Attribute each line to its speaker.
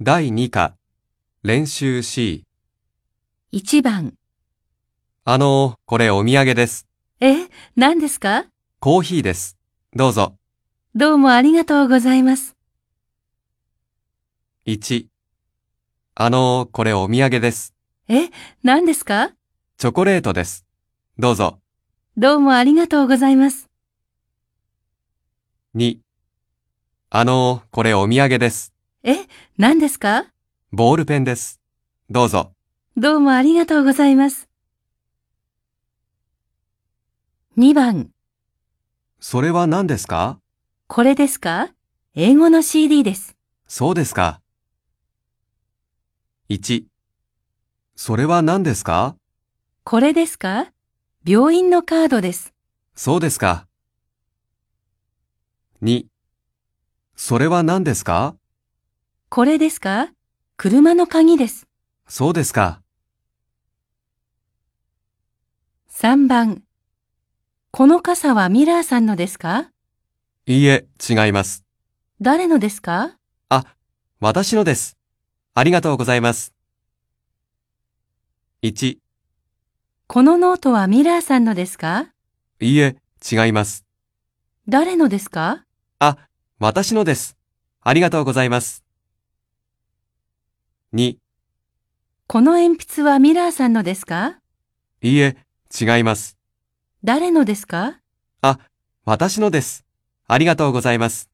Speaker 1: 第2課、練習 C。
Speaker 2: 1番。
Speaker 1: あのー、これお土産です。
Speaker 2: え、何ですか
Speaker 1: コーヒーです。どうぞ。
Speaker 2: どうもありがとうございます。
Speaker 1: 1。あのー、これお土産です。
Speaker 2: え、何ですか
Speaker 1: チョコレートです。どうぞ。
Speaker 2: どうもありがとうございます。
Speaker 1: 2。あのー、これお土産です。
Speaker 2: え、何ですか
Speaker 1: ボールペンです。どうぞ。
Speaker 2: どうもありがとうございます。2番。
Speaker 1: それは何ですか
Speaker 2: これですか英語の CD です。
Speaker 1: そうですか。1。それは何ですか
Speaker 2: これですか病院のカードです。
Speaker 1: そうですか。2。それは何ですか
Speaker 2: これですか車の鍵です。
Speaker 1: そうですか。
Speaker 2: 3番。この傘はミラーさんのですか
Speaker 1: いいえ、違います。
Speaker 2: 誰のですか
Speaker 1: あ、私のです。ありがとうございます。1、い
Speaker 2: このノートはミラーさんのですか
Speaker 1: いえ、違います。
Speaker 2: 誰のですか
Speaker 1: あ、私のです。ありがとうございます。2、い
Speaker 2: この鉛筆はミラーさんのですか
Speaker 1: いえ、違います。
Speaker 2: 誰のですか
Speaker 1: あ、私のです。ありがとうございます。